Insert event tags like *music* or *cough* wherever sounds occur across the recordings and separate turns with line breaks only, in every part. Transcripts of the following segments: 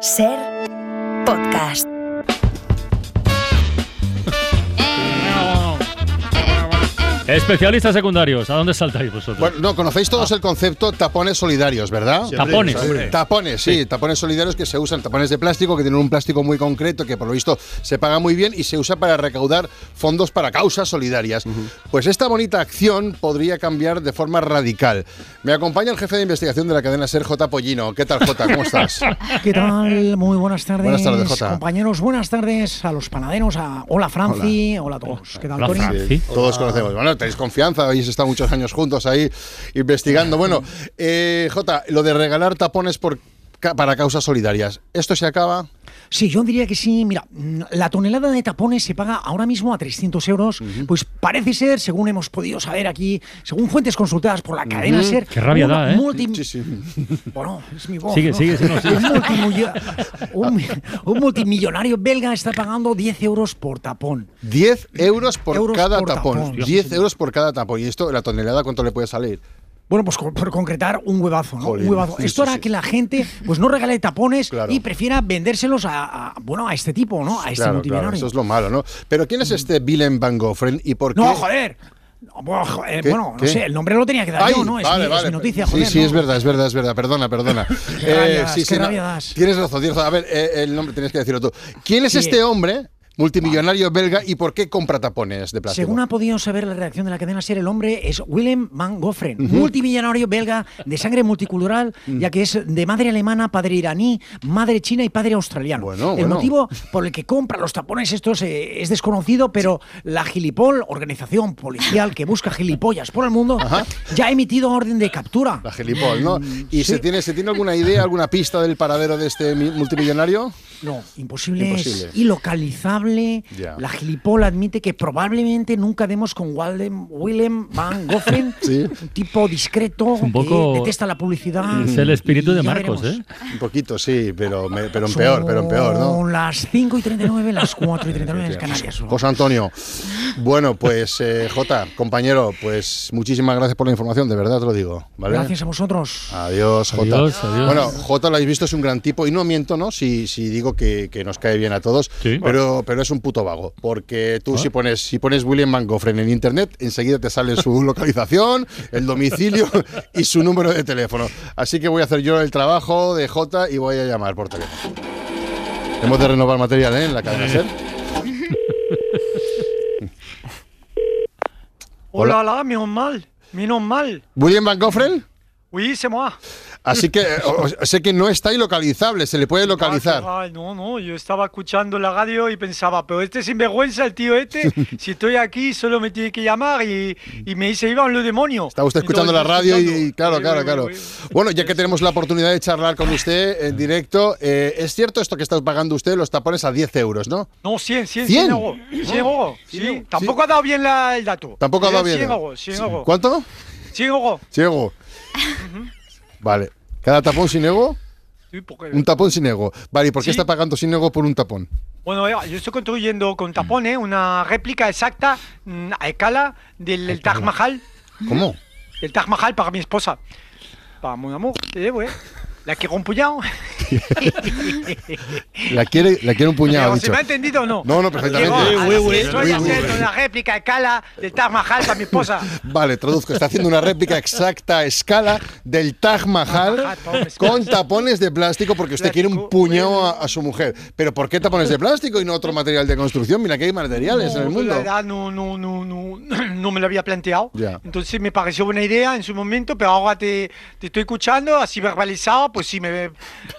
Ser podcast.
Especialistas secundarios, ¿a dónde saltáis vosotros?
Bueno, no, conocéis todos el concepto tapones solidarios, ¿verdad?
Tapones.
Eh, Tapones, sí, tapones solidarios que se usan, tapones de plástico que tienen un plástico muy concreto que por lo visto se paga muy bien y se usa para recaudar fondos para causas solidarias. Pues esta bonita acción podría cambiar de forma radical. Me acompaña el jefe de investigación de la cadena Ser J. Pollino. ¿Qué tal, J? ¿Cómo estás?
*laughs*
¿Qué tal? Muy buenas tardes.
Buenas tardes, Jota.
compañeros. Buenas tardes a los panaderos. A... Hola, Franci. Hola. a todos. ¿Qué tal, Tony?
Franci.
Todos conocemos. Bueno, tenéis confianza, habéis estado muchos años juntos ahí investigando. Bueno, eh, Jota, lo de regalar tapones por ca- para causas solidarias, ¿esto se acaba?
Sí, yo diría que sí. Mira, mm, la tonelada de tapones se paga ahora mismo a 300 euros. Pues parece ser, según hemos podido saber aquí, según fuentes consultadas por la cadena SER.
Qué rabia
una
da, ¿eh?
multi-
Sí, *laughs* sí.
Bueno, es mi voz.
Sigue,
¿no?
sigue, sí, no, sigue.
Un, multimillo- un- un multimillonario belga está pagando 10 euros por tapón.
10 euros por
Euros
cada
por
tapón.
tapón.
10 euros por cada tapón. ¿Y esto, la tonelada, cuánto le puede salir?
Bueno, pues co- por concretar un huevazo, ¿no?
Jolín,
un huevazo.
sí,
Esto
sí,
hará
sí.
que la gente pues no regale tapones
Claro.
y prefiera vendérselos a, a- bueno, a este tipo, ¿no? A este
claro, claro,
multimillonario.
eso es lo malo, ¿no? Pero ¿quién es este Willem Van Gogh y por qué?
No, joder. No, bueno, joder,
¿Qué?
bueno, no
¿Qué?
sé, el nombre lo tenía que dar
Ay,
yo, ¿no? Es,
vale,
mi, es
vale.
mi noticia,
sí,
joder.
sí,
¿no?
es verdad, es verdad, es verdad. Perdona, perdona.
*laughs*
Eh,
Qué rabias, qué rabia das.
Tienes razón, tienes razón. A ver, eh, el nombre tenías que decirlo tú. ¿Quién es
Sí.
este hombre multimillonario belga y por qué compra tapones de plástico?
Según ha podido saber la reacción de la cadena ser, el hombre es Willem van Goffren, multimillonario belga de sangre multicultural,
Mm.
ya que es de madre alemana, padre iraní, madre china y padre australiano.
Bueno,
el
bueno.
motivo por el que compra los tapones estos eh, es desconocido, pero la Gilipol, organización policial que busca gilipollas por el mundo, ya ha emitido orden de captura.
La gelipol, ¿no? ¿Y se, tiene, se tiene alguna idea, alguna pista del paradero de este mi- multimillonario?
No, imposible,
Imposible.
es ilocalizable.
Ya.
La gilipol admite que probablemente nunca demos con Walden, Willem Van Goffren,
*laughs* Sí.
un tipo discreto
un poco-
que detesta la publicidad.
Es el espíritu
y
de
ya
Marcos,
veremos.
¿eh?
Un poquito, sí, pero, me- pero en peor, pero en peor, ¿no?
Son las 5 y 39, las 4 y 39 en las Canarias.
José Antonio. Bueno, pues eh, Jota, compañero, pues muchísimas gracias por la información, de verdad te lo digo, ¿vale?
Gracias a vosotros.
Adiós, Jota.
Adiós, adiós.
Bueno, Jota lo habéis visto, es un gran tipo. Y no miento, ¿no? Si, si digo que, que nos cae bien a todos.
Sí. Ah.
Pero, pero es un puto vago. Porque tú, si pones si pones William Mangofren en internet, enseguida te
*laughs*
sale su localización, el domicilio y su número de teléfono. Así que voy a hacer yo el trabajo de Jota y voy a llamar por teléfono. Hemos de renovar material, ¿eh? En la cadena Ser. Hola.
Hola, hola, menos mal, menos mal.
William Van Gogh-Fren?
Oui, c'est moi.
Así que eh, o- o- sé que no está ilocalizable, se le puede localizar.
Ah, no, no, yo estaba escuchando la radio y pensaba, pero este sinvergüenza, el
*laughs*
tío este, si estoy aquí solo me tiene que llamar y, y me dice, Iván, lo demonio.
Estaba usted escuchando la
Entonces,
radio y,
escuchando. pues,
claro,
Oui,
claro,
oui,
claro.
oui, oui.
Bueno, ya que tenemos la oportunidad de charlar con usted en directo, eh, es cierto esto que está pagando usted los tapones a 10 euros, ¿no?
No, 100, 100, 100,
100.
euros. 100 euros, sí.
euros.
Tampoco ha dado bien la- el dato.
Tampoco ha dado bien.
100 euros, 100 euros.
¿Cuánto?
100 euros.
Ciego. Vale. ¿Cada tapón sin ego?
Sí, porque-
Un tapón sin ego. Vale, ¿y por qué
Sí.
está pagando sin ego por un tapón?
Bueno, eh, yo estoy construyendo con tapones una réplica exacta mm, a escala del del Taj Mahal.
¿Cómo?
El Taj Mahal para mi esposa. Para mi amor, eh, güey. La que rompullado.
La quiere, la quiere un puñado, ha
Pero si
dicho.
me ha entendido o no.
No, no, perfectamente.
Llegó a
Uy,
las
uy,
seis horas
uy, uy,
haciendo
uy.
una réplica a escala del Taj Mahal para mi
*laughs*
esposa.
Vale, traduzco. Está haciendo una réplica exacta a escala del Taj
Ah,
Mahal con tapones de plástico porque usted quiere un
Plástico,
puñado a, a su mujer. Pero ¿por qué tapones de plástico y no otro material de construcción? Mira que hay materiales en el
No, pues
mundo.
La verdad, no, no, no, no, no me lo había planteado.
Ya.
Entonces me pareció buena idea en su momento, pero ahora te, te estoy escuchando, así verbalizado, pues sí, me,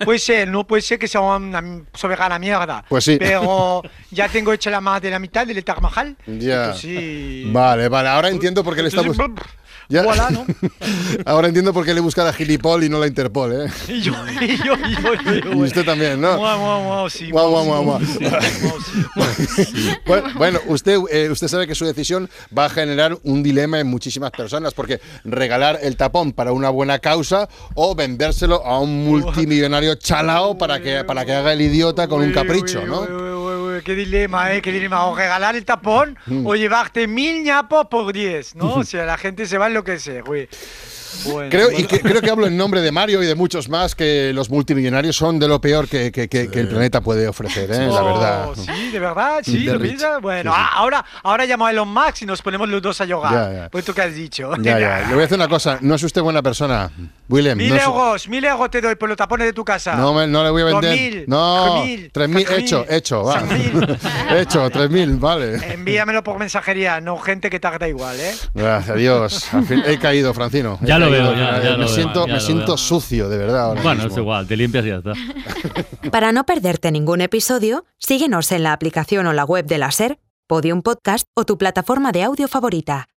puede ser, no puede ser que sea una soberana mierda.
Pues sí. *laughs*
Pero ya tengo hecha la más de la mitad del Taj Mahal.
Ya.
Entonces, sí.
Vale, vale. Ahora entiendo por qué le estamos...
Entonces,
Ya.
voilà, ¿no?
*laughs* Ahora entiendo por qué le busca la Gilipol y no la Interpol, ¿eh?
*laughs* Y yo, y yo, y yo, y yo,
Y
güey.
usted también, ¿no?
Guau, guau, guau, sí,
Guau, guau,
sí, *laughs*
guau,
sí,
guau.
sí, guau,
*laughs*
sí.
Bueno, bueno, usted, eh, usted sabe que su decisión va a generar un dilema en muchísimas personas, porque regalar el tapón para una buena causa o vendérselo a un multimillonario chalao para que, para que haga el idiota con un
Uy,
capricho,
uy, uy,
¿no?
uy, uy, Qué dilema, ¿eh? Qué dilema. O regalar el
Mm.
tapón o llevarte mil ñapos por 10, ¿no? O sea, la gente se va a enloquecer, güey. Bueno,
Creo,
bueno.
y que, creo que hablo en nombre de Mario y de muchos más que los multimillonarios son de lo peor que, que- que- que el planeta puede ofrecer, ¿eh? la
Oh,
verdad.
Sí, de verdad, sí,
De
lo
Rich.
piensas. Bueno,
Sí, sí.
ah, ahora, ahora llamo a Elon Musk y nos ponemos los dos a jugar.
Ya, ya.
Pues tú que has dicho.
Ya, ya. Le voy a hacer una cosa. No es usted buena persona, Willem.
*laughs* Mil
no, es-
euros, mil euros te doy por los tapones de tu casa.
no me- no le voy a
Dos
vender.
mil,
no,
tres mil,
tres mil.
cuatro
Hecho,
mil,
hecho, va.
cinco mil.
*laughs*
Eh.
hecho, tres mil, vale.
Envíamelo por mensajería, no gente que tarda igual, ¿eh?
Gracias a Dios. Al fin- He caído, Francino. He
Ya lo
caído. Eh,
veo, ya- ya
me
lo veo,
siento,
ya
me
lo
siento
veo.
sucio, de verdad. ahora
Bueno,
mismo.
es igual, te limpias y ya está.
Para no perderte ningún episodio, síguenos en la aplicación o la web de la SER, Podium Podcast o tu plataforma de audio favorita.